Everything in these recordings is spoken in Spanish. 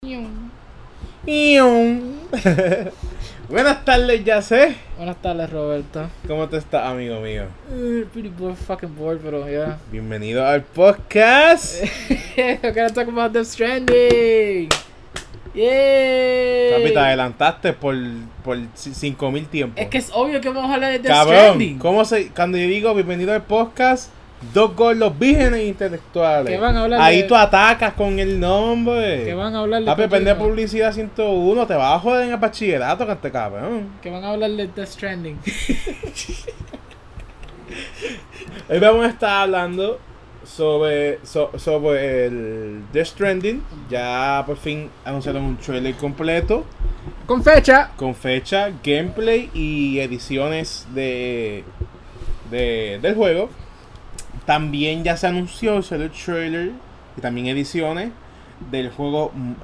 Buenas tardes, ya sé. Buenas tardes, Roberto. ¿Cómo te estás, amigo mío? Eh, Pretty boy, fucking bored, pero ya. Bienvenido al podcast. Eh. We're gonna talk about Death Stranding. Yay. Papi, te adelantaste por, por 5000 tiempos. Es que es obvio que vamos a hablar de Death Cabrón, Stranding. ¿cómo se, cuando yo digo bienvenido al podcast, dos gordos vírgenes intelectuales. ¿Qué van a hablar de- Ahí tú atacas con el nombre. Que van a hablar de Papi, prende Kojima. publicidad 101, te vas a joder en el bachillerato, cante cabrón. Que van a hablar de Death Stranding. Hoy vamos a estar hablando sobre, so- sobre el Death Stranding. Ya por fin anunciaron un trailer completo Con fecha. con fecha, gameplay y ediciones de, de- del juego. También ya se anunció salió el trailer y también ediciones del juego um,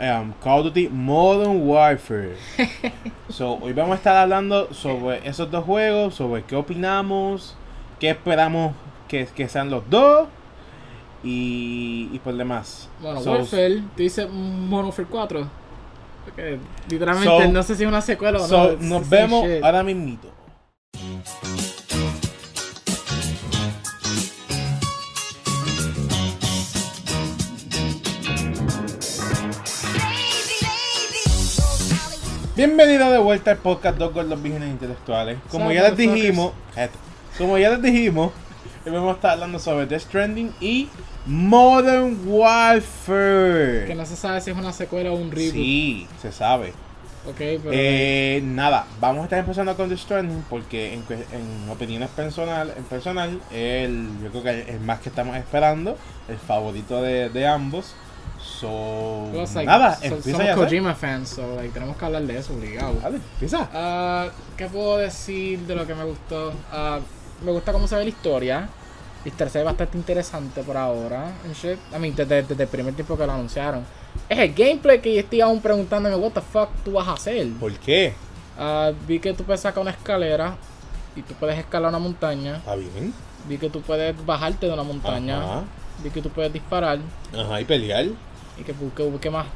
Call of Duty Modern Warfare. So, hoy vamos a estar hablando sobre esos dos juegos, sobre qué opinamos, qué esperamos que, que sean los dos y, y por demás. Bueno, So, Warfare. Tú dices Modern Warfare 4. Porque literalmente So- no sé si es una secuela o no. so, it's the nos same vemos shit. ahora mismito. Bienvenido de vuelta al podcast Dos Gordos Vígenes Intelectuales. Como Salve, ya les motherfuckers. dijimos, esto, como ya les dijimos, hoy vamos a estar hablando sobre Death Stranding y Modern Warfare. Que no se sabe si es una secuela o un reboot. sí, se sabe. Ok, pero. Eh, nada, vamos a estar empezando con The Stranding porque en, cue- en opiniones personal, en personal, el, yo creo que el más que estamos esperando, el favorito de, de ambos. So, It was Pues, like, nada, so- empieza somos ya. ¿sabes? Kojima fans, so like, tenemos que hablar de eso, obligado. Dale, empieza. Ah, ¿Qué puedo decir de lo que me gustó? Ah, me gusta cómo se ve la historia. La historia se ve bastante interesante por ahora. and shit. I mean, desde, desde el primer tiempo que lo anunciaron. Es el gameplay que yo estoy aún preguntándome, what the fuck tú vas a hacer. ¿Por qué? Ah, vi que tú puedes sacar una escalera y tú puedes escalar una montaña. Está bien. Vi que tú puedes bajarte de una montaña. Ajá. Vi que tú puedes disparar. Ajá, y pelear. Y que busque, busque más.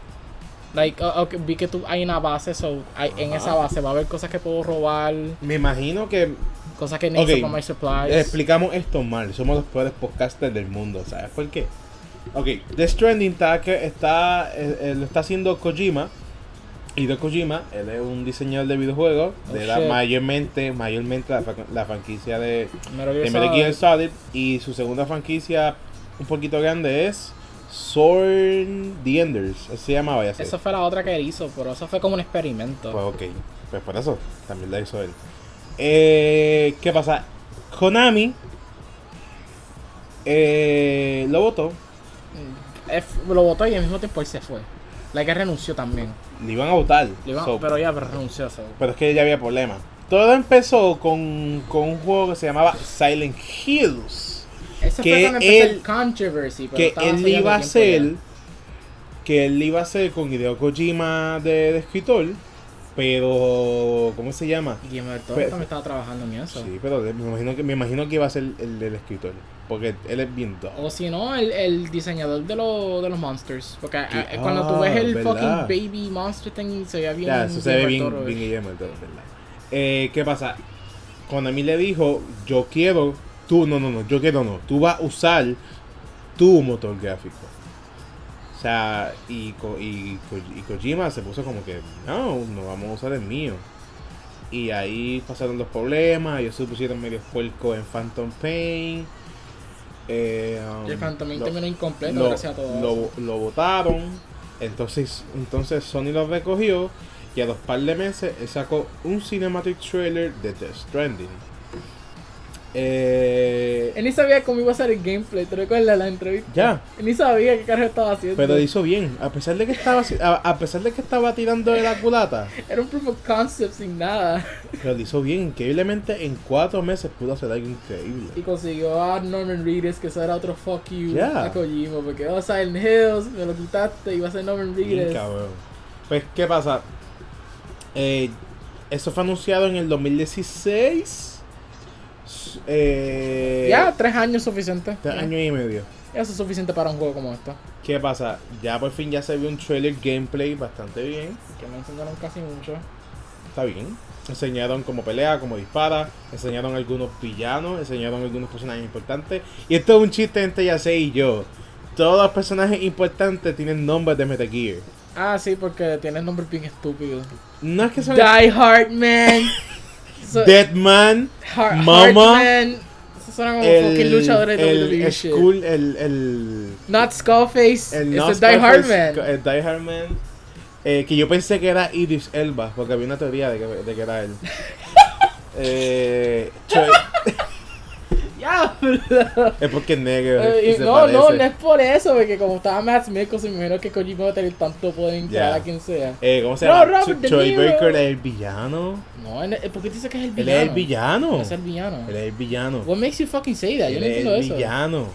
Like, oh, ok, vi que tú hay una base, so, hay- en Ajá. esa base va a haber cosas que puedo robar, Me imagino que cosas que necesito Ok, para my supplies. explicamos esto mal. Somos los peores podcasters del mundo, ¿sabes por qué? Ok, The Stranding está, que está, eh, eh, lo está haciendo Kojima. Y de Kojima, él es un diseñador de videojuegos Oh, de la shit. mayormente, mayormente la, fra- la franquicia de, Metal Gear de Metal Gear Solid. Solid. Y su segunda franquicia, un poquito grande, es Sword the Enders. Así se llamaba ya sé. Eso fue la otra que él hizo, pero eso fue como un experimento. Pues ok, pues por eso también la hizo él. Eh, ¿Qué pasa? Konami eh, lo votó, Él f- lo votó y al mismo tiempo él se fue. La que renunció también. le iban a votar. Le iban- so, pero pero... ya pero renunció. so. es que ya había problemas. Todo empezó con, con un juego que se llamaba Silent Hills. Eso Que fue cuando empezó él- el controversy. Pero Que estaba él hace ya iba a tiempo ya. hacer. Que él iba a hacer con Hideo Kojima de, de escritor. Pero. ¿Cómo se llama? Guillermo del Toro Pues- también estaba trabajando en eso. Sí, pero me imagino que, me imagino que iba a ser el del escritor. Porque él es bien dog. O si no, el, el diseñador de, lo- de los monsters. Porque ah, Que- cuando ah, tú ves el verdad. fucking baby monster thing, se veía bien. Ya, eso se ve bien, Toro. eh. bien Guillermo del Toro, ¿verdad? Eh, ¿Qué pasa? Cuando a mí le dijo, yo quiero, tú, no, no, no, yo quiero, no, tú vas a usar tu motor gráfico. O sea, y, Ko- y, Ko- y Kojima se puso como que, no, no vamos a usar el mío. Y ahí pasaron los problemas, ellos se pusieron medio puerco en Phantom Pain. Eh, um, Y el Phantom Pain lo- terminó incompleto lo, gracias a todo eso. lo, lo votaron. Entonces, entonces Sony lo recogió. Y a los par de meses él sacó un cinematic trailer de Death Stranding. Eh, Él ni sabía cómo iba a ser el gameplay, ¿te recuerdas la entrevista? ya, Él ni sabía qué carro estaba haciendo. pero hizo bien. A pesar de que estaba si- a, a pesar de que estaba tirando de la culata, Era un proof of concept sin nada. pero lo hizo bien. Increíblemente en cuatro meses pudo hacer algo increíble. Y consiguió a Norman Reedus, que eso era otro fuck you Yeah. a Kojima, porque oh, Silent Hills, me lo quitaste, iba a ser Norman Bien, Reedus. cabrón. Pues, ¿qué pasa? Eh, eso fue anunciado en el 2016. S- Eh, Ya, tres años suficiente. Tres años Eh, este y medio. Eso es suficiente para un juego como este. ¿Qué pasa? Ya por fin ya se vio un trailer gameplay bastante bien. Que me enseñaron casi mucho. Está bien. Enseñaron cómo pelea, cómo dispara. Enseñaron algunos villanos. Enseñaron algunos personajes importantes. Y esto es un chiste entre Yasei y yo. Todos los personajes importantes tienen nombres de Metal Gear. Ah, sí, porque tiene el nombre bien estúpido. No es que son Die Hard Man. So- Deadman, Har- Mama, Hardman. Eso suena como Oh, fucking el, luchadores de el, WWE shit. Skull, el, el, Not Skullface. el it's no a Die Hard Scarface, Man. El Die Hard Man. eh, que yo pensé que era Idris Elba, porque había una teoría de que, de que era él. eh, cho- Eh, Diablo. es porque es negro. Eh, y y se no, no, parece. no es por eso, porque como estaba Matt Mikkelsen, me imagino que Kojima va a tener tanto poder en crear Ya. a quien sea. Eh, ¿Cómo se No, llama? Robert Cho- De Troy Niro. Baker es el villano. No, él- eh, ¿por qué dice que es el villano? Él es el villano. Es el villano. Él es el villano. What makes you fucking say that? Yo Él no es entiendo el eso. villano.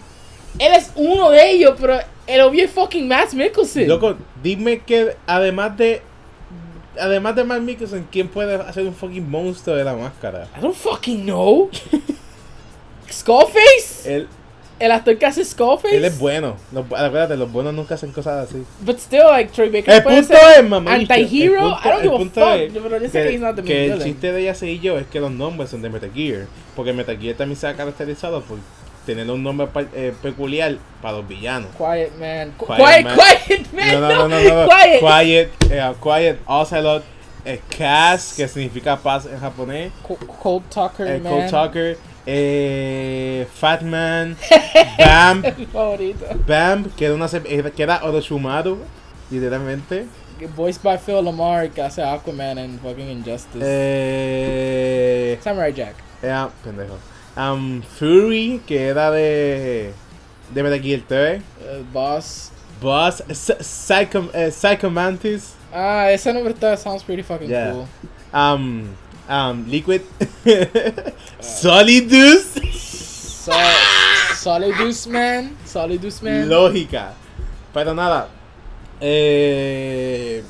Él es uno de ellos, pero el obvio es fucking Matt pues, Mikkelsen. Loco, dime que además de. Además de Matt Mikkelsen, ¿quién puede hacer un fucking monstruo de la máscara? I don't fucking know. Skullface? Él, El actor que hace Skullface? él es bueno. Los, bu- acuérdate, los buenos nunca hacen cosas así. But still, like, Troy Baker El puede punto ser es, mamá. anti-hero. I don't give a fuck. Yo- pero yo sé que, he's not que, the que main el villain. chiste de ella y yo es que los nombres son de Metal Gear. Porque Metal Gear también se ha caracterizado por tener un nombre pa- eh, peculiar para los villanos. Quiet man. Qu- Quiet Quiet, man. quiet man. No, no, no, no, no, no. Quiet. Quiet, eh, quiet Ocelot, eh, Cass, que significa paz en japonés. Co- Cold Talker eh, man. Cold Tucker, eh, Fat Man, Bam, Mi favorito. Bam, que era, una, se- era- que era Orochimaru, literalmente. Voiced by Phil Lamar, que hace Aquaman en fucking Injustice. Eh, Samurai Jack. era- pendejo. Um, Fury, que era de, de Metal Gear eh, 3. Boss. Boss, Psy- Psycho, eh, Psycho Mantis, Ah, ese nombre está, sounds pretty fucking Yeah. cool. um, um, Liquid, Solidus, So, Solidus Man. Solidus Man. lógica. Pero nada, eh,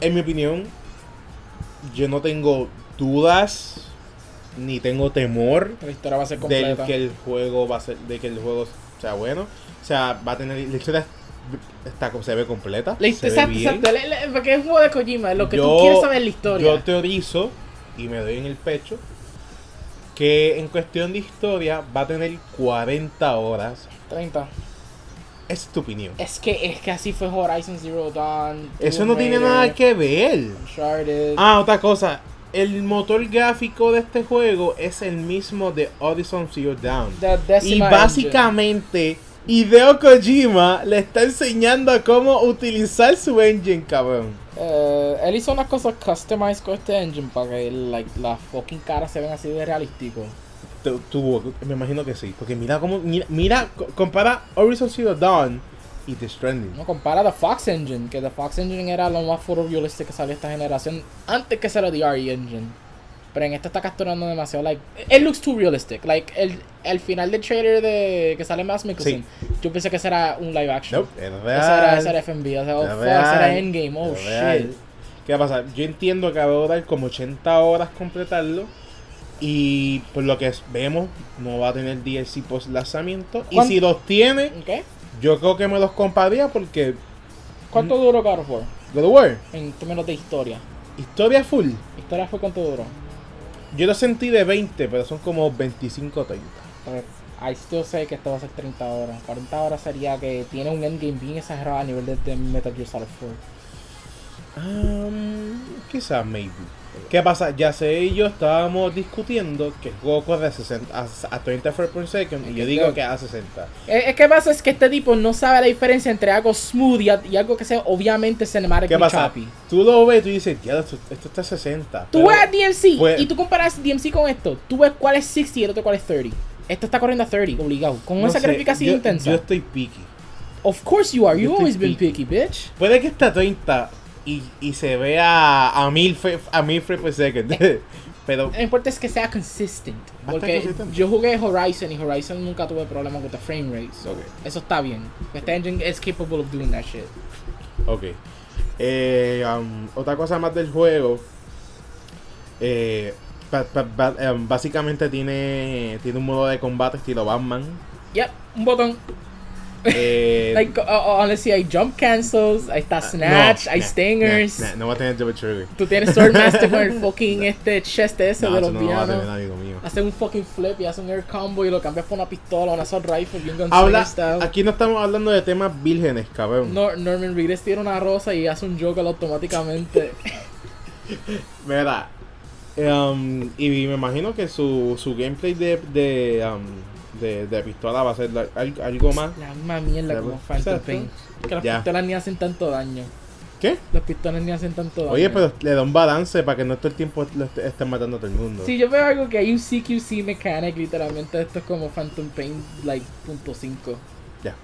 en mi opinión, yo no tengo dudas ni tengo temor La historia va a ser de completa. que el juego va a ser, de que el juego sea bueno. O sea, va a tener la historia está, se ve completa. La se historia, ve exacto, bien. exacto. la- la- Porque es un juego de Kojima. Lo que Yo- tú quieres saber es la historia. Yo teorizo y me doy en el pecho que en cuestión de historia va a tener 40 horas. 30. Esa es tu opinión. Es que, es que así fue Horizon Zero Dawn. Eso Tomb no tiene Raider, nada que ver. Uncharted. Ah, otra cosa. El motor gráfico de este juego es el mismo de Horizon Zero Dawn. The Y Decima básicamente, Hideo Kojima le está enseñando a cómo utilizar su engine, cabrón. Engine. Eh, él hizo unas cosas customized con este engine para que like, las fucking caras se ven así de realístico. Tu- tuvo- me imagino que sí. Porque mira cómo. Mira, mira, co- compara Horizon Zero Dawn y The Stranding. No compara The Fox Engine, que The Fox Engine era lo más photorealistic que salió esta generación antes que salió The RE Engine. Pero en esta está capturando demasiado, like, it looks too realistic. Like, el, el final del trailer de que sale Max Mikkelsen, yo pensé que ese era un live action. Nope, es Ese real. era, ese era FMV, o sea, oh es fuck, real, ese era Endgame, oh es shit. real. ¿Qué va a pasar? Yo entiendo que va a durar como 80 horas completarlo. Y por lo que es- vemos, no va a tener DLC post lanzamiento. Y ¿Cuán- si los tiene, ¿Ok? yo creo que me los compraría porque. ¿Cuánto duró God of War God of War, en términos de historia? historia full. ¿Historia fue cuánto duró? Yo lo sentí de 20, pero son como 25 o 30. Pues, I still say que esto va a ser 30 horas. 40 horas sería que tiene un endgame bien exagerado a nivel de, de Metal Gear Solid 4. Um, quizás, maybe. ¿Qué pasa? Ya sé, y yo estábamos discutiendo que el juego corre a, 60, a, a 30 frames per second y yo digo que a 60. Es, es que pasa es que este tipo no sabe la diferencia entre algo smooth y, a- y algo que sea obviamente cinematic ¿Qué y pasa? choppy. Tú lo ves y tú dices, ya, esto, esto está a 60. Tú pero ves DMC pues- y tú comparas DMC con esto. Tú ves cuál es 60 y el otro cuál es 30. Esto está corriendo a 30, obligado. Con no esa sé, gráfica así yo- intensa. Yo estoy picky. of course you are. yo You've estoy always been picky. picky, bitch. Puede que esté a 30 y, y se vea a 1000 fre- pues, a 1000 frames per second. pero Lo que importa es que sea consistent. estar Porque consistente. yo jugué Horizon y Horizon nunca tuve problemas con the frame rate. so Ok. Eso está bien. Este engine es capable of doing that shit. Ok. Eh, um, otra cosa más del juego. Eh, ba- ba- ba- em, básicamente tiene, tiene un modo de combate estilo Batman. Yep, un botón. Eh, Like, uh, uh, honestly, hay jump cancels, ahí está Snatch, hay Ah, nah, stingers. nah, nah, no va a tener Double Trigger. Tú tienes Swordmaster con el fucking este chest ese No, de eso los no lo va a tener villanos. nadie conmigo. Hace un fucking flip y hace un air combo y lo cambias por una pistola, una assault rifle, bien gunslinger Habla, style. aquí no estamos hablando de temas vírgenes, cabrón. Nor- Norman Reedus tira una rosa y hace un joker automáticamente. Mira, em, y me imagino que su, su gameplay de, de, em, de, de pistola va a ser la- al- algo más. La misma mierda Ya, como pues, Phantom exacto. Pain. Que las Ya. pistolas ni hacen tanto daño. ¿Qué? Las pistolas ni hacen tanto daño. Oye, pero le da un balance para que no todo el tiempo lo est- estén matando a todo el mundo. Si yo veo algo que hay un CQC mechanic, literalmente esto es como Phantom Pain, like, punto .5. Ya.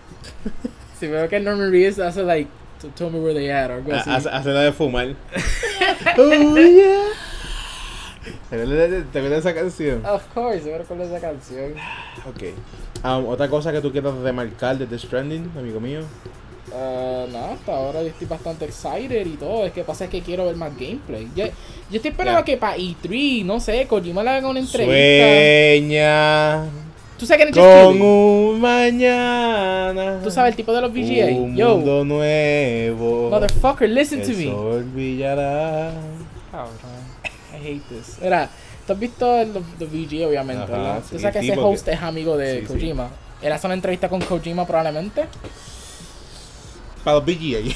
Si veo que Norman Reedus hace, like, "T- tell me where they at, o algo Ha- así. Ah, Hace hace la de fumar. oh, yeah. ¿Te acuerdas de- te acuerdas de esa canción? Of course, yo recuerdo esa canción. Ok. Am, Otra cosa que tú quieras remarcar de The Stranding, amigo mío. Ah, no, hasta ahora yo estoy bastante excited y todo. Es que pasa es que quiero ver más gameplay. Yo, yo estoy esperando Ya. que para E3, no sé, Kojima le haga una entrevista. Sueña ¿Tú sabes que con un mañana. Tú sabes el tipo de los VGA. Un Yo, mundo nuevo. motherfucker, listen to el me. sol brillará. Cabrón. I hate this. Mira, tú has visto el- los los VGA, obviamente, Ajá, ¿verdad? Tú sí, sabes que sí, ese porque- host es amigo de Sí, sí. Kojima. Él hace una entrevista con Kojima probablemente. Para los BGA.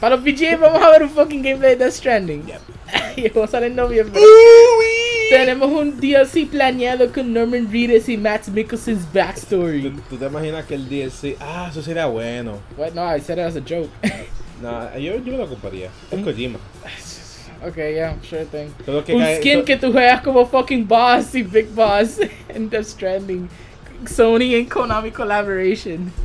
Para los VGA vamos a ver un fucking gameplay de Death Stranding. Yep. y va a salir en noviembre. Tenemos un DLC planeado con Norman Reedus y Matt Mickelson's ¿Tú, backstory. tú te imaginas que el DLC. Ah, eso sería bueno. What? No, I said it as a joke. No, yo, yo me lo compraría. Es Kojima. okay, yeah, sure thing. Todo que un cae- skin to- que tú juegas como fucking boss y Big Boss en Death Stranding. Sony and Konami collaboration.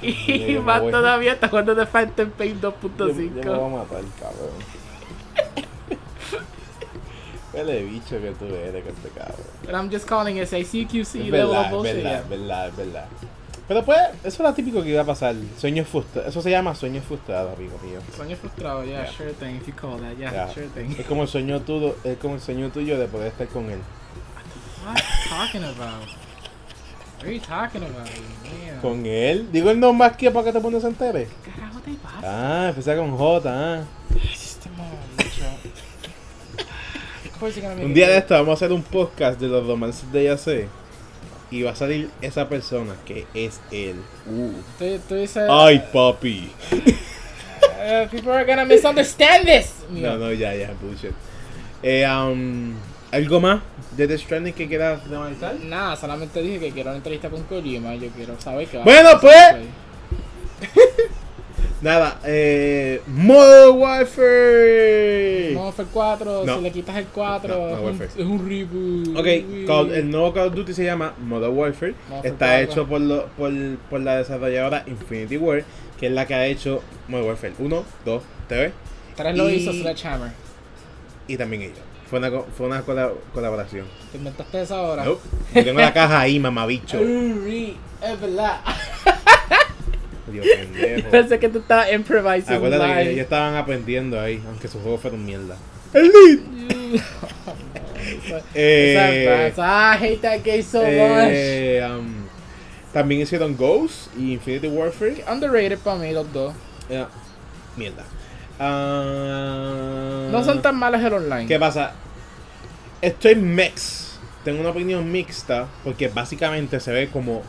Ya, Y ya me más voy. todavía está jugando de Phantom Pain Yo, yo me 2.5. voy a matar, cabrón. Huele de bicho que tú eres con este cabrón. And I'm just calling it a CQC Es level of verdad, es bullshit. verdad, es yeah. verdad, es verdad. Pero pues, eso era típico que iba a pasar. Sueños frustrados. Eso se llama sueños frustrados, amigo mío. Sueño frustrado, yeah, Yeah. sure thing, if you call that, yeah, Yeah. sure thing. Es como el sueño tuyo, es como el sueño tuyo de poder estar con él. What are you talking about? What are you talking about, man? ¿Con él? Digo el nombre aquí para que te pones en TV. Carajo, te pasa? Ah, empecé con J, ah. Este mamabicho. Of course you're gonna make Un it día de big. esto vamos a hacer un podcast de los romances de Yase. Y va a salir esa persona que es él. Tú, tú dices. Ay, papi. Uh, people are gonna misunderstand this. No, no, ya, ya, bullshit. Eh, um, ¿Algo más de The Stranding que quieras remarcar? Nada, solamente dije que quiero una entrevista con Kojima. Yo quiero saber qué va a Bueno, hacer pues. gameplay. Nada, eh. Modern Warfare. No, fue el 4. No. Si le quitas el 4, No, no, es, un, Warfare. es un reboot. Ok, Call- el nuevo Call of Duty se llama Modern Warfare. Modern Está Warfare. hecho por, lo- por, por la desarrolladora Infinity War, que es la que ha hecho Modern Warfare 1, 2, 3 3 lo y- hizo Sledgehammer. y también ella. Fue una, co- fue una cola- colaboración. Te inventaste esa ahora. Nope. Yo tengo la caja ahí, mamabicho. Uri, es verdad. Oh. Dios Yo pendejo. Pensé que tú estabas improvisando. Acuérdate que live. ellos estaban aprendiendo ahí, aunque sus juegos fueron mierda. Eh, Exacto. I hate that game so much. eh, um, también hicieron Ghost y Infinity Warfare. Underrated para mí los dos. Eh, mierda. Ah, No son tan malos el online. ¿Qué pasa? Estoy mix. Tengo una opinión mixta porque básicamente se ve como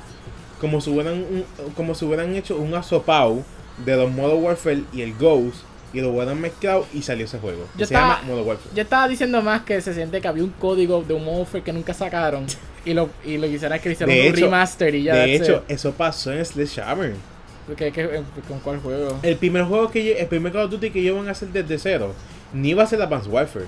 como si hubieran un- como si hubieran hecho un asopao de los Modern Warfare y el Ghost y lo hubieran mezclado y salió ese juego. que Yo se estaba- llama Modern Warfare. Yo estaba diciendo más que se siente que había un código de un offer que nunca sacaron. Y lo, y lo que hicieron es que le hicieron De un hecho- remaster y ya. de that's hecho, it. eso pasó en Sledgehammer. Porque es que- eh, ¿Con cuál juego? El primer juego que lle- el primer Call of Duty que ellos van a hacer desde cero, ni iba a ser Advanced Warfare.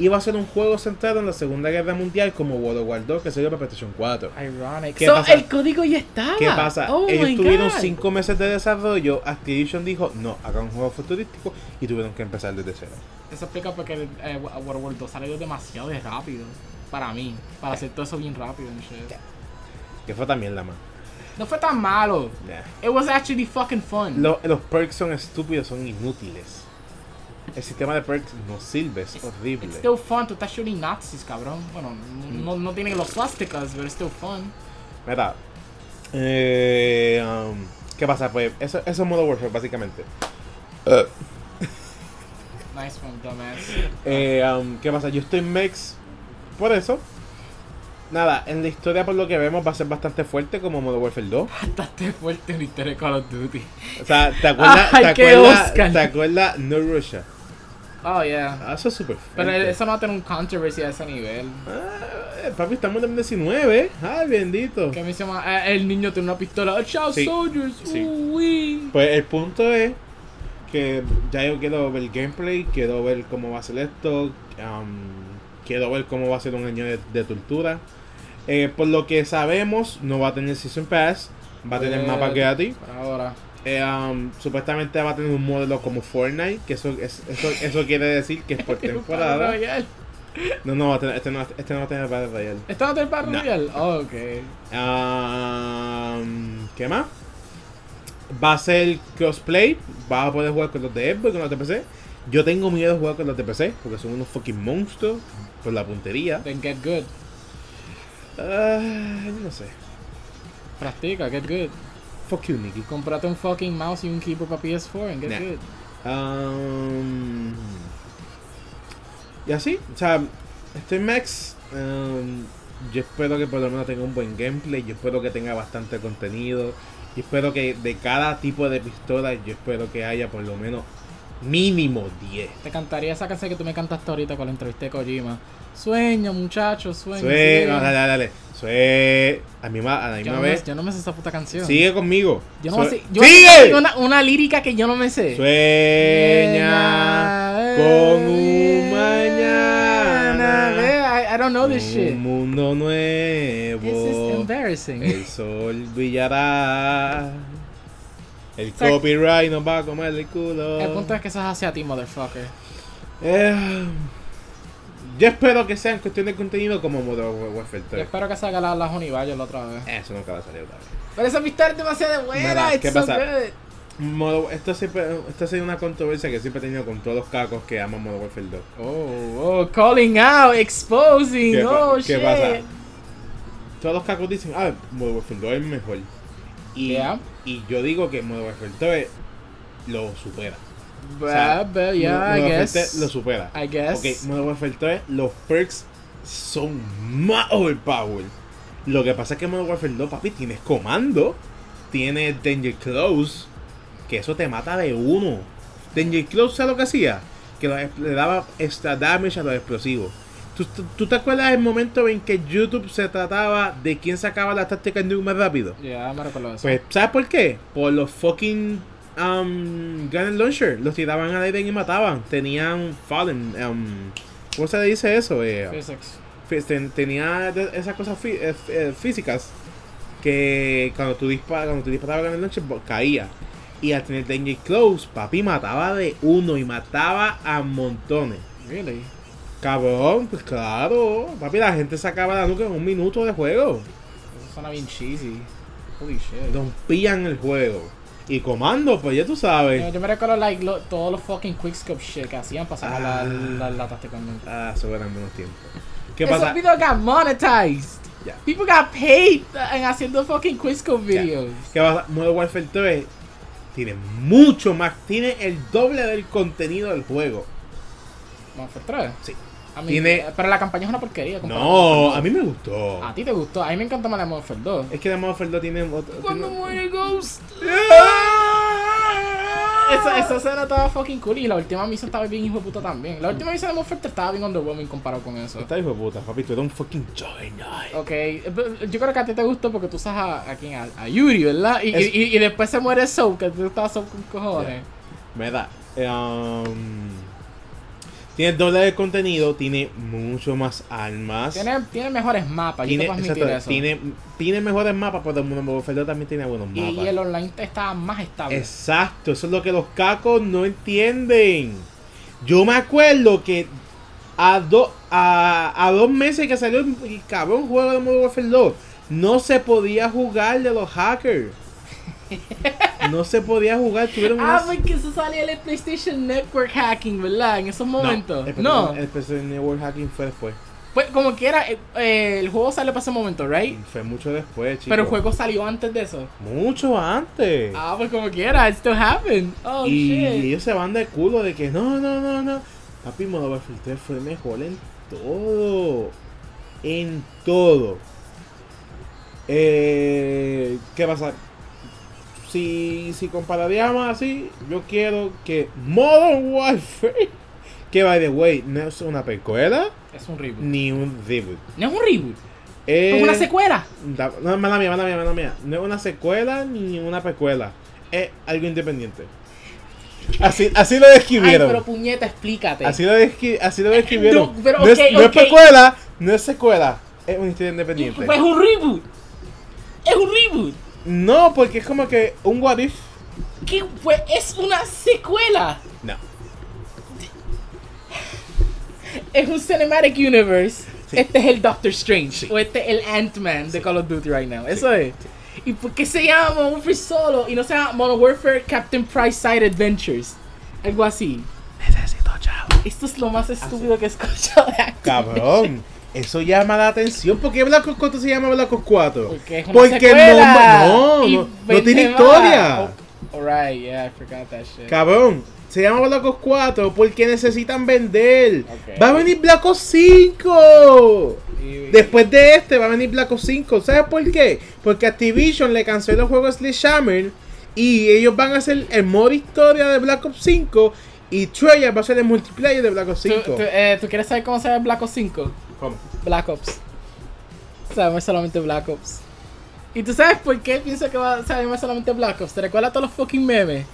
Iba a ser un juego centrado en la Segunda Guerra Mundial como World War 2 que salió para PlayStation 4. Ironic. ¿Qué so, pasa? el código ya estaba. ¿Qué pasa? Oh my Ellos tuvieron God. 5 meses de desarrollo. Activision dijo, no, hagan un juego futurístico y tuvieron que empezar desde cero. Eso explica porque eh, World War 2 salió demasiado de rápido. Para mí. Para hacer todo eso bien rápido. and shit. Que fue también la más. No fue tan malo. Nah. It was actually fucking fun. Lo- los perks son estúpidos, son inútiles. El sistema de perks no sirve, es horrible. It's still fun, tú estás shooting Nazis, cabrón. Bueno, no, no tienen los plásticas, pero es still fun. Mira, Eh, um, ¿Qué pasa? Pues eso, eso es modo Warfare, básicamente. Eh, Nice one, dumbass. eh, um, ¿Qué pasa? Yo estoy en Mex por eso. Nada, en la historia por lo que vemos va a ser bastante fuerte como modo Warfare 2. Bastante fuerte en la historia de Call of Duty. O sea, ¿te acuerdas? Ay, ¿Te qué acuerdas? Oscar. ¿Te acuerdas? No Russia. Oh, yeah. Ah, eso es súper Pero fuerte. eso no va a tener un controversy a ese nivel. Ah, papi, estamos en 19. Ay, bendito. Que me dice más, eh, el niño tiene una pistola. "Oh, Chao, Sí. soldiers. Sí. uy". Pues el punto es que ya yo quiero ver gameplay, quiero ver cómo va a ser esto, um, quiero ver cómo va a ser un año de, de tortura. Eh, por lo que sabemos, no va a tener Season Pass, va a tener Eh, mapas gratis. por Ahora. Eh, um, supuestamente va a tener un modelo como Fortnite, que eso, es- eso, eso quiere decir que es por Battle temporada. Royale. No, no, va a tener- este no, este no va a tener Battle Royale. ¿Está en el Battle No. Royale? Oh, ok. Um, ¿Qué más? Va a ser crossplay. Vas a poder jugar con los de Xbox y con los de PC. Yo tengo miedo de jugar con los de PC porque son unos fucking monstruos por la puntería. Then get good. Ah, no sé. Practica, get good. Fuck you, Nicky. Comprate un fucking mouse y un keyboard para PS4 and get Nah. good. Um, y así, o sea, estoy max. um, yo espero que por lo menos tenga un buen gameplay. Yo espero que tenga bastante contenido. Yo espero que de cada tipo de pistola, yo espero que haya por lo menos mínimo 10. Te cantaría esa canción que tú me cantaste ahorita con la entrevista de Kojima. Sueño, muchacho, sueño. Sue, sueño. no, dale, dale. Sue, a, mi ma- a la yo, misma no me, vez. yo no me sé esa puta canción. Sigue conmigo. Yo no Sue- me sé. Yo ¡Sigue! Una, una lírica que yo no me sé. Sueña con un mañana. I, I don't know this shit. Un Eh. mundo This is nuevo. embarrassing. El sol brillará. El sea, copyright nos va a comer el culo. El punto es que eso es hacia ti, motherfucker. Eh, yo espero que sea en cuestión de contenido como Modern Warfare Yo 3. espero que salga la, la Honey Badger la otra vez. Eso nunca va a salir otra vez. Pero esa amistad es demasiado buena. Nada, it's ¿qué so pasa? good. Modo- esto, siempre, esto ha sido una controversia que siempre he tenido con todos los cacos que aman Modern Warfare 2. Oh, oh, calling out, exposing. ¿Qué, pa- oh, qué shit. pasa? Todos los cacos dicen, ah, Modern Warfare 2 es mejor. Y, Yeah. y yo digo que Modern Warfare 2 es- lo supera. But, O sea, but, yeah, I Modern Warfare guess. 3 lo supera. I guess. Ok, Modern Warfare 3, los perks son más overpowered. Lo que pasa es que en Modern Warfare 2, papi, tienes comando, tienes Danger Close, que eso te mata de uno. Danger Close, ¿sabes lo que hacía? Que los ex- le daba extra damage a los explosivos. ¿Tú, tú, tú te acuerdas del momento en que YouTube se trataba de quién sacaba las tácticas nuke más rápido? Yeah, me recuerdo eso. Pues, ¿sabes por qué? Por los fucking um, Gun and Launcher. Los tiraban al aire y mataban. Tenían Fallen. Um, ¿Cómo se le dice eso? Eh, Physics. fí- ten- tenía de- esas cosas fí- eh, f- eh, físicas que cuando tú, dispa- cuando tú disparabas Gun and Launcher bo- caía. Y al tener Danger Close, papi mataba de uno y mataba a montones. Really? Cabrón, pues claro. Papi, la gente sacaba la nuca en un minuto de juego. Eso suena bien cheesy. Holy shit. Rompían el juego. Y comando, pues ya tú sabes. Yo, yo me recuerdo like, lo- todos los fucking quickscope shit que hacían para sacar Ah. las latas de conmigo. Ah, eso eran buenos tiempos. ¿Qué Esos pasa? videos got monetized. Ya. People got paid en haciendo fucking quickscope Ya. videos. ¿Qué pasa? Modern Warfare 3 tiene mucho más, tiene el doble del contenido del juego. Modern Warfare 3. Sí. A mí- Tiene- Pero la campaña es una porquería. comparado No, a con Modern mí me gustó. Warfare 2. A ti te gustó. A mí me encanta más la de Modern Warfare 2. Es que Modern Warfare 2 tiene otro. Cuando tiene- muere Ghost. ¡Ah! Esa, esa escena estaba fucking cool y la última misión estaba bien hijo de puta también. La última misión de Modern Warfare 3 estaba bien underwhelming comparado con eso. Está hijo de puta, papi, tú eres un fucking Joy Ok, pero yo creo que a ti te gustó porque tú usas a, a, quién, a, a Yuri, ¿verdad? Y, Es- y, y después se muere Soap, que tú estabas Soap con cojones. Me da. eh, um, tiene el doble del contenido, tiene mucho más armas. Tiene, tiene mejores mapas, tiene, yo te puedo exacto, admitir eso. tiene, tiene mejores mapas, pero Modern Warfare 2 también tiene buenos y, mapas. y el online estaba más estable. Exacto, eso es lo que los cacos no entienden. Yo me acuerdo que a, do- a, a dos meses que salió el, el cabrón juego de Modern Warfare 2, no se podía jugar de los hackers. No se podía jugar, tuvieron Ah, unas- porque eso salía en el PlayStation Network hacking, ¿verdad? En esos No, momentos. el, No. el PlayStation Network Hacking fue después. Pues como quiera, eh, eh, el juego sale para ese momento, Y ¿right? Fue mucho después, chicos. Pero el juego salió antes de eso. Mucho antes. Ah, pues como quiera, it still happened. Oh, y shit. ellos se van de culo de que no, no, no, no. Papi, Modern Warfare 3 fue mejor en todo. En todo. Eh, ¿Qué pasa? Si, si compararíamos así, yo quiero que Modern Warfare, que by the way, no es una precuela Es un reboot. ni un reboot. Eh, No es un reboot, Es es una secuela. Da- No, mala mía, mala mía, mala mía. No es una secuela ni una precuela. Es algo independiente. Así, así lo Ay, describieron. pero puñeta, explícate. así, lo descri- así lo describieron. No, pero es, ok, no es ok. precuela, no es secuela. Es una historia independiente. Pues es un reboot. Es un reboot. No, porque es como que un what if. ¿Qué? Pues es una secuela. No. Es un cinematic universe. Sí. Este es el Doctor Strange. Sí. O este es el Ant-Man de Call of Duty right now. Eso es. ¿Y por qué se llama un free solo y no se llama Modern Warfare Captain Price Side Adventures? Algo así. Necesito chavo. Ah, Esto es lo más estúpido que he escuchado de Activision. Cabrón. Eso llama la atención. ¿Por qué Black Ops 4 se llama Black Ops 4? Porque es una Porque secuela. no, no, Y no, no vende más. tiene historia. Oh, alright, yeah, I forgot that shit. Cabrón, se llama Black Ops 4 porque necesitan vender. Ok. Va a venir Black Ops 5. Y- Después de este va a venir Black Ops 5. ¿Sabes por qué? Porque Activision le canceló el juego Sledgehammer y ellos van a hacer el modo historia de Black Ops 5 y Treyarch va a ser el multiplayer de Black Ops ¿Tú, 5. tú, eh, ¿tú quieres saber cómo se llama Black Ops 5? ¿Cómo? Black Ops. Sabemos solamente Black Ops. ¿Y tú sabes por qué pienso que va a saber más solamente Black Ops? ¿Te recuerdas todos los fucking memes?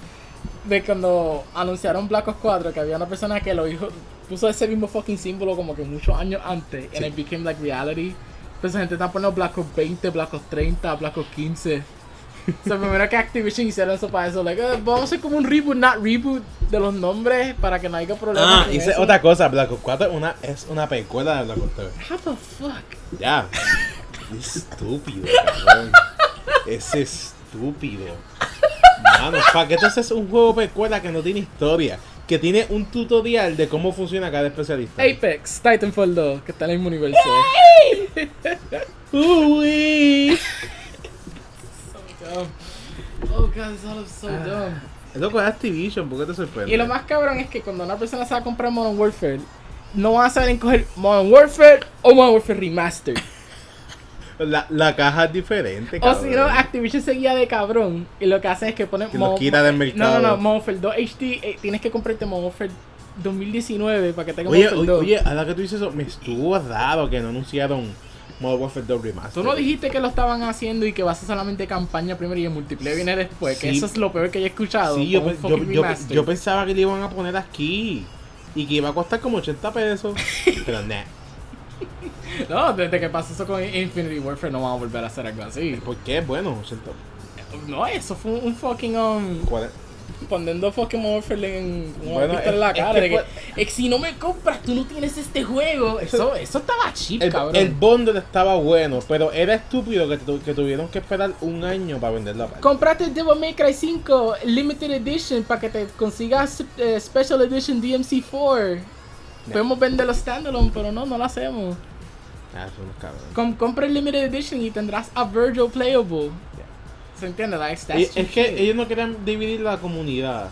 De cuando anunciaron Black Ops 4, que había una persona que lo hizo, puso ese mismo fucking símbolo como que muchos años antes, and it became like reality. Pues la gente está poniendo Black Ops 20, Black Ops 30, Black Ops 15. O sea, primero que Activision hicieron eso para eso, like, eh, vamos a hacer como un reboot, not reboot, de los nombres para que no haya problemas. Ah, con hice eso. otra cosa. Black Ops 4 es una, es una precuela de Black Ops 3. How the fuck? Ya. Qué estúpido, cabrón. Es estúpido. Mano, ¿para qué tú haces un juego precuela que no tiene historia? Que tiene un tutorial de cómo funciona cada especialista. Apex, Titanfall 2, que está en el mismo universo. Uy. Dumb. Oh god, it's all so Ah. dumb. Loco, es Activision, ¿por qué te sorprende? Y lo más cabrón es que cuando una persona sabe comprar Modern Warfare, no van a saber en coger Modern Warfare o Modern Warfare Remastered. La, la caja es diferente, O cabrón. si no, ah, Activision seguía de cabrón y lo que hace es que ponen Que lo Modern- quita del mercado. No, no, no, Modern Warfare 2 HD, eh, tienes que comprarte Modern Warfare 2019 para que tenga Oye, Modern Warfare oye, 2. oye, ahora que tú dices eso, me estuvo raro que no anunciaron Modern Warfare 2 Remastered. Tú no dijiste que lo estaban haciendo y que va a ser solamente campaña primero y el multiplayer viene después, que Sí. eso es lo peor que yo he escuchado. Sí, yo, con un pe- yo, fucking yo- remaster. yo pensaba que le iban a poner aquí y que iba a costar como 80 pesos. pero nah, No, desde que pasó eso con Infinity Warfare no vamos a volver a hacer algo así. ¿por qué? Bueno, 80. No, eso fue un fucking um, ¿cuál es? poniendo fucking Warfare en como Bueno, una pistola en la es- es cara. que de que, "Eh, si no me compras, tú no tienes este juego. Eso, eso estaba cheap, El, cabrón. el bundle estaba bueno, pero era estúpido que, tu- que tuvieron que esperar un año para venderlo aparte. Compraste Devil May Cry 5 Limited Edition para que te consigas eh, Special Edition DMC4. No. Podemos venderlo standalone, pero no, no lo hacemos. Ah, son unos cabrones. Com compra el Limited Edition y tendrás a Virgil playable. Yeah. ¿Se entiende? Like, that's Y- es cheap que shit. ellos no querían dividir la comunidad.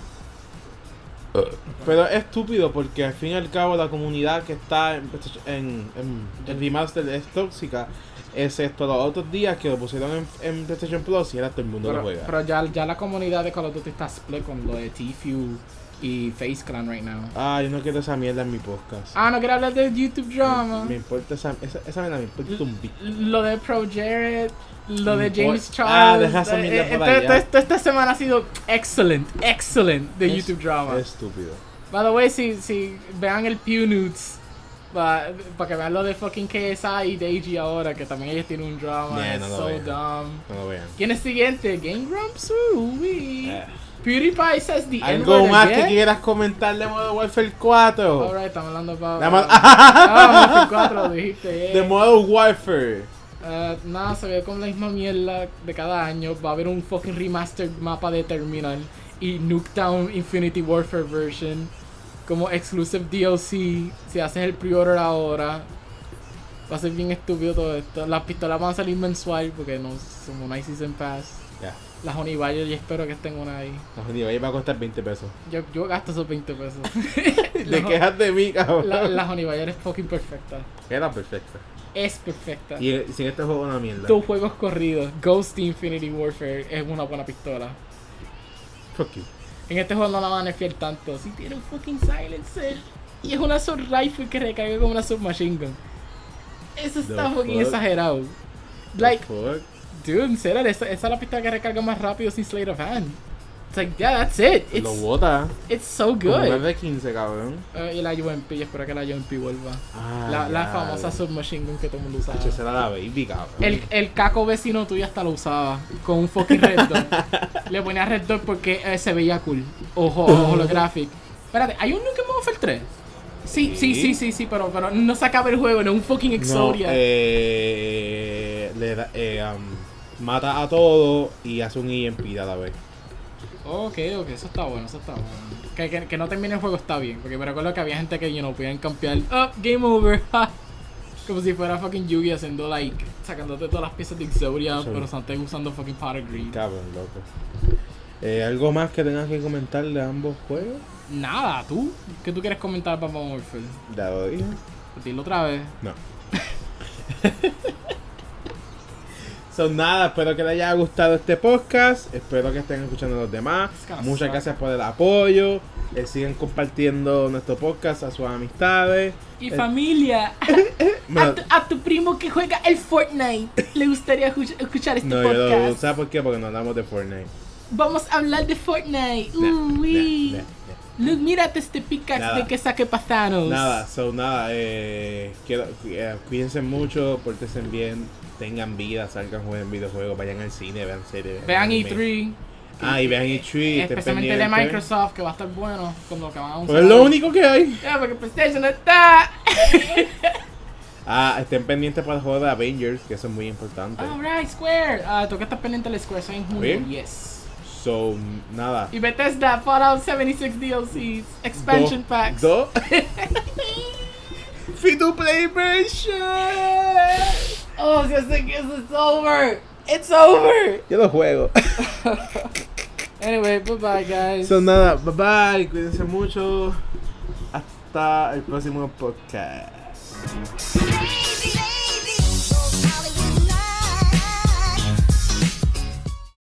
Pero es estúpido porque al fin y al cabo la comunidad que está en, en- en el remaster es tóxica. Excepto los otros días que lo pusieron en, en PlayStation Plus y ahora todo el mundo lo Pero, juega. pero ya, ya la comunidad de Call of Duty está split con lo de Tfue y Face Clan right now. Ah, yo no quiero esa mierda en mi podcast. Ah, no quiero hablar de YouTube drama. Me importa esa, esa, esa mierda, me importa un bicho. Lo de Pro Jared, lo de Mm, James por- ah, Charles. deja esa eh, mierda eh, por esta- allá. esta- esta semana ha sido excellent, excellent de Es- YouTube drama. Es estúpido. By the way, si, si vean el Pew Nudes, para que vean lo de fucking KSI y Deiji ahora, que también ellos tienen un drama. Yeah, es no lo so vean. dumb. No lo vean. ¿Quién es siguiente? Game Grumps. uy. Eh. PewDiePie says the ¿Algo N-word más again? que quieras comentar de Modern Warfare 4? Alright, estamos hablando about. Nada más- Ah, 4 dijiste. De eh. Modern Warfare. Eh, nada, se ve como la misma mierda de cada año. Va a haber un fucking remastered mapa de Terminal y Nuketown Infinity Warfare version como exclusive DLC. Si haces el pre-order ahora. Va a ser bien estúpido todo esto. Las pistolas van a salir mensual porque no son una season pass. Ya. Las Honey Badger, yo espero que estén una ahí. La Honey Badger va a costar 20 pesos. Yo, yo gasto esos 20 pesos. Te quejas de mí, cabrón. La, la Honey Badger es fucking perfecta. Era perfecta. Es perfecta. Y eh, sin este juego una mierda. Tus juegos corridos, Ghost Infinity Warfare, es una buena pistola. Fuck you. En este juego no la van a nerfear tanto. Si tiene un fucking silencer y es una sub rifle que recarga como una submachine gun. Eso está The fucking fuck? exagerado. Like, Fuck. dude, en serio, esa, esa es la pistola que recarga más rápido sin Slate of Hand. It's like, yeah, that's it. Lo It's, bota. it's so Como un good. de 15, cabrón. Eh, y la UMP, yo espero que la UMP vuelva. Ah, La, la ya, famosa ya. submachine gun que todo el mundo usaba. Hacho, esa era la baby, cabrón. El, el caco vecino tuyo hasta lo usaba con un fucking red dot. Le ponía red dot porque eh, se veía cool. Ojo, holographic. Espérate, ¿hay un Nukem Warfare 3? Sí, sí, Sí. sí, sí, sí, pero, pero no se acaba el juego, no es un fucking Exodia. No, eh, le da- eh, um, mata a todo y hace un EMP a la vez. Ok, ok, eso está bueno, eso está bueno. Que, que- que no termine el juego está bien, porque me recuerdo que había gente que, you know, podían campear. ¡Oh, game over! ja. Como si fuera fucking Yugi haciendo, like, sacándote todas las piezas de Exodia, Sí. pero antes usando fucking Powder Green. Cabrón, loco. Eh, ¿Algo más que tengas que comentar de ambos juegos? Nada, ¿tú? ¿Qué tú quieres comentar para Warfare? Ya lo dije. Dilo otra vez. No. Son nada, espero que les haya gustado este podcast. Espero que estén escuchando los demás. It's gonna Muchas suck. gracias por el apoyo. Eh, sigan compartiendo nuestro podcast a sus amistades. Y Eh, familia, me lo- a, tu, a tu primo que juega el Fortnite, le gustaría escuch- escuchar este no, yo lo- podcast. ¿Sabes por qué? Porque no hablamos de Fortnite. Vamos a hablar de Fortnite. Nah, Uy. nah, nah, nah. Luke, mírate este pickaxe Nada. de que saque pasanos. Nada, so nada, eh, quiero, eh, cuídense mucho, pórtense bien, tengan vida, salgan, jueguen videojuegos, vayan al cine, vean series. Vean anime. E3, Ah, y vean E3. estén especialmente de pendientes. Microsoft, que va a estar bueno con lo que van a usar. Pues es lo único que hay. Ya, porque PlayStation no está. Ah, estén pendientes para el juego de Avengers, que eso es muy importante. Alright, Square. Ah, toca estar pendiente del Square, soy en junio. ¿Bien? Yes. So, nada. Y Bethesda, Fallout 76 DLCs, Expansion Do- Packs. Do. Free to play version. Oh, just think this is over. It's over. Yo lo juego. Anyway, bye bye, guys. So, nada, bye bye, cuídense mucho. Hasta el próximo podcast.